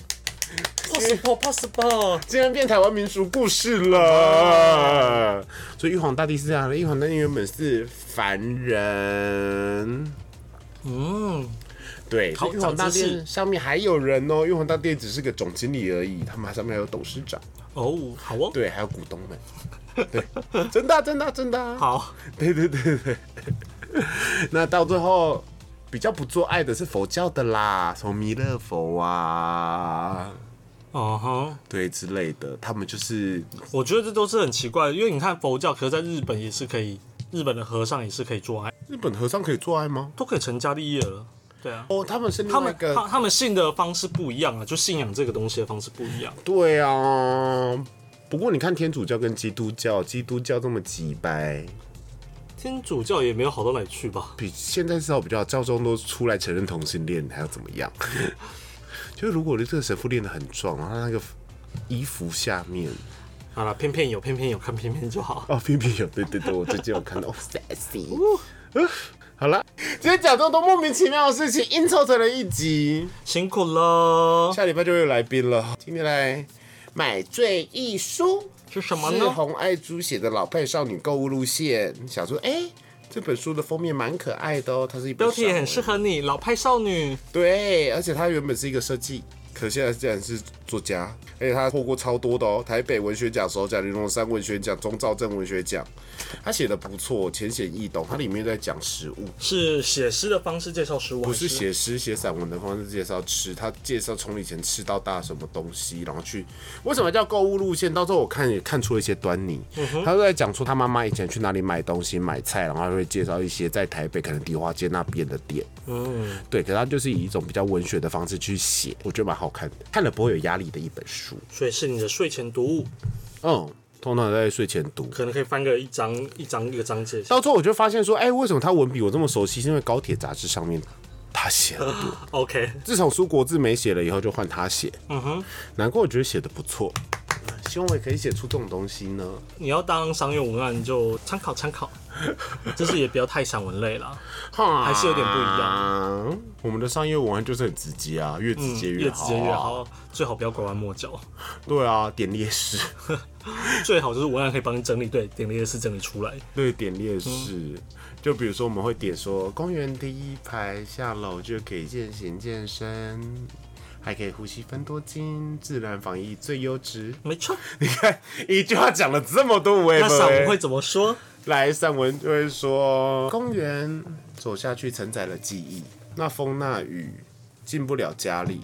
S2: ，possible possible，
S1: 竟然变台湾民俗故事了，所以玉皇大帝是这样的。玉皇大帝原本是凡人，
S2: 嗯，
S1: 对，
S2: 好
S1: 所以玉皇大
S2: 长知
S1: 帝
S2: 识
S1: 上面还有人哦，玉皇大帝只是个总经理而已，他们上面还有董事长，
S2: 哦，好哦，
S1: 对，还有股东们，对，真的啊、真的啊、真的、啊，，
S2: 好，
S1: 对对对对。 [LAUGHS] 那到最后比较不做爱的是佛教的啦，什么弥勒佛啊，
S2: 哦哈。
S1: 对之类的，他们就是
S2: 我觉得这都是很奇怪的，因为你看佛教，可是在日本也是可以，日本的和尚也是可以做爱，
S1: 日本和尚可以做爱吗？
S2: 都可以成家立业了。对啊，
S1: 哦，他们是另
S2: 他
S1: 外
S2: 们
S1: 一个，
S2: 他他们信的方式不一样啊，就信仰这个东西的方式不一样。
S1: 对啊。不过你看天主教跟基督教，基督教这么几掰，
S2: 天主教也没有好到哪里去吧？
S1: 比现在至少比较教宗都出来承认同性恋，还要怎么样？ [LAUGHS] 就是如果这个神父练得很壮，然后他那个衣服下面
S2: 好了，偏偏有，偏偏有，看偏偏就好。
S1: 哦，偏偏有，对对对，我最近有看到哦 sexy。好
S2: 哦
S1: [LAUGHS] 了，今天讲这么多莫名其妙的事情，硬凑成了一集。
S2: 辛苦
S1: [LAUGHS]
S2: 了，
S1: 下礼拜就会有来宾了。今天来买醉一书
S2: 是什么
S1: 是
S2: 呢？
S1: 红爱珠写的《老派少女购物路线》，想说，哎、这本书的封面蛮可爱的哦，它是一本
S2: 标题也很适
S1: 合。
S2: 合你，老派少女。
S1: 对，而且他原本是一个设计，可现在竟然是作家，而且他获过超多的哦，台北文学奖、首奖、玲珑山文学奖、中兆镇文学奖。他写的不错，浅显易懂，他里面在讲食物，
S2: 是写诗的方式介绍食物，
S1: 不是
S2: 还
S1: 写诗、写散文的方式介绍吃，他介绍从以前吃到大什么东西，然后去为什么叫购物路线？到时候我看也看出了一些端倪。他都在讲说他妈妈以前去哪里买东西、买菜，然后他会介绍一些在台北可能迪化街那边的店。嗯，对，可是他就是以一种比较文学的方式去写，我觉得蛮好看的，看了不会有压力的一本书。
S2: 所以是你的睡前读物，
S1: 嗯，通常在睡前读。
S2: 可能可以翻个一章一章一个章
S1: [LAUGHS]
S2: 节。
S1: 到最后我就发现说，哎、为什么他文笔我这么熟悉？是因为高铁杂志上面他写了。
S2: OK，
S1: 自从苏国志没写了以后，就换他写。嗯哼，难怪我觉得写的不错，希望我也可以写出这种东西呢。
S2: 你要当商用文案就参考参考，就是也不要太散文类啦。
S1: 哈，
S2: 还是有点不一
S1: 样。我们的商业文案就是很直接啊，越直接
S2: 嗯越
S1: 好、啊
S2: 直接越。好，最好不要拐弯抹角，
S1: 对啊，点列式，
S2: 嗯最好就是文案可以帮你整理对点列式整理出来。
S1: 对，点列式。就比如说，我们会点说，公园第一排下楼就可以健行健身，还可以呼吸分多精，自然防疫最优
S2: [LAUGHS]
S1: 质。
S2: 没错，
S1: 你看，一句话讲了这么多，我也
S2: 那
S1: 不
S2: 散文会怎么说？
S1: 来散文就会说，公园走下去承载了记忆，那风那雨进不了家里，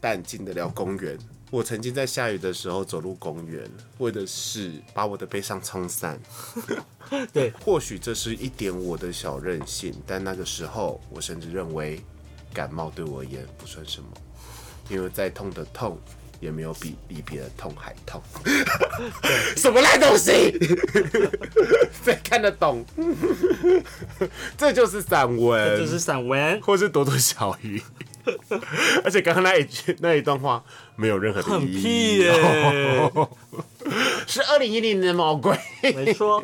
S1: 但进得了公园。我曾经在下雨的时候走入公园，为的是把我的悲伤冲散。
S2: 对，
S1: 或许这是一点我的小任性，但那个时候我甚至认为感冒对我而言不算什么，因为再痛的痛也没有比离别的痛还痛。什么烂东西？ [LAUGHS] 谁看得懂？这就是散文，
S2: 这是散文，
S1: 或是躲躲小鱼。而且刚刚那一句那一段话没有任何的
S2: 很
S1: 意义，哦
S2: 屁耶、
S1: 是二零一零年的毛怪。
S2: 没错。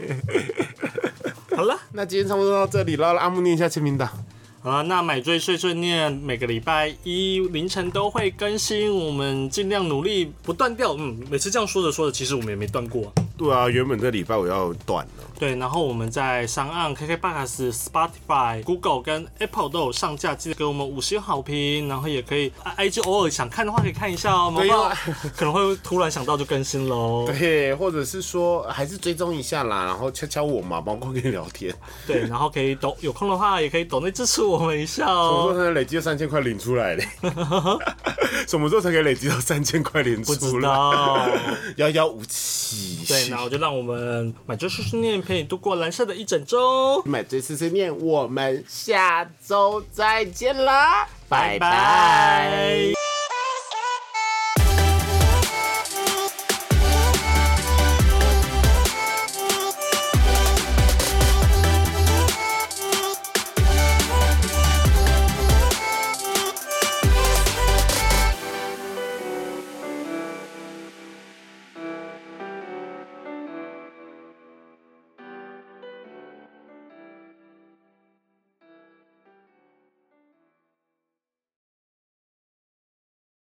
S2: 好了，
S1: 那今天差不多到这里了，阿木念一下签名档。
S2: 好了，那买醉碎碎念每个礼拜一凌晨都会更新，我们尽量努力不断掉。嗯，每次这样说着说着，其实我们也没断过、啊。
S1: 对啊，原本这礼拜我要断了。
S2: 对，然后我们在上岸 KKBox、Spotify、Google 跟 Apple 都有上架，记得给我们五星好评，然后也可以 IG 偶尔想看的话可以看一下哦，毛
S1: 对因为
S2: 毛 [LAUGHS] 可能会突然想到就更新喽。
S1: 对，或者是说还是追踪一下啦，然后敲敲我嘛，包括跟你聊天。
S2: 对，然后可以抖，有空的话也可以抖内支持我们一下
S1: 我说
S2: 哦。
S1: 他累积到三千块领出 [LAUGHS] 来嘞，什么时候才可以累积到三千块领
S2: 不
S1: 出
S2: 知
S1: 来？ [LAUGHS]
S2: 道，
S1: 遥遥无期。
S2: 对，然后就让我们买醉碎碎念陪你度过蓝色的一整周。
S1: 买醉碎碎念，我们下周再见啦，
S2: 拜拜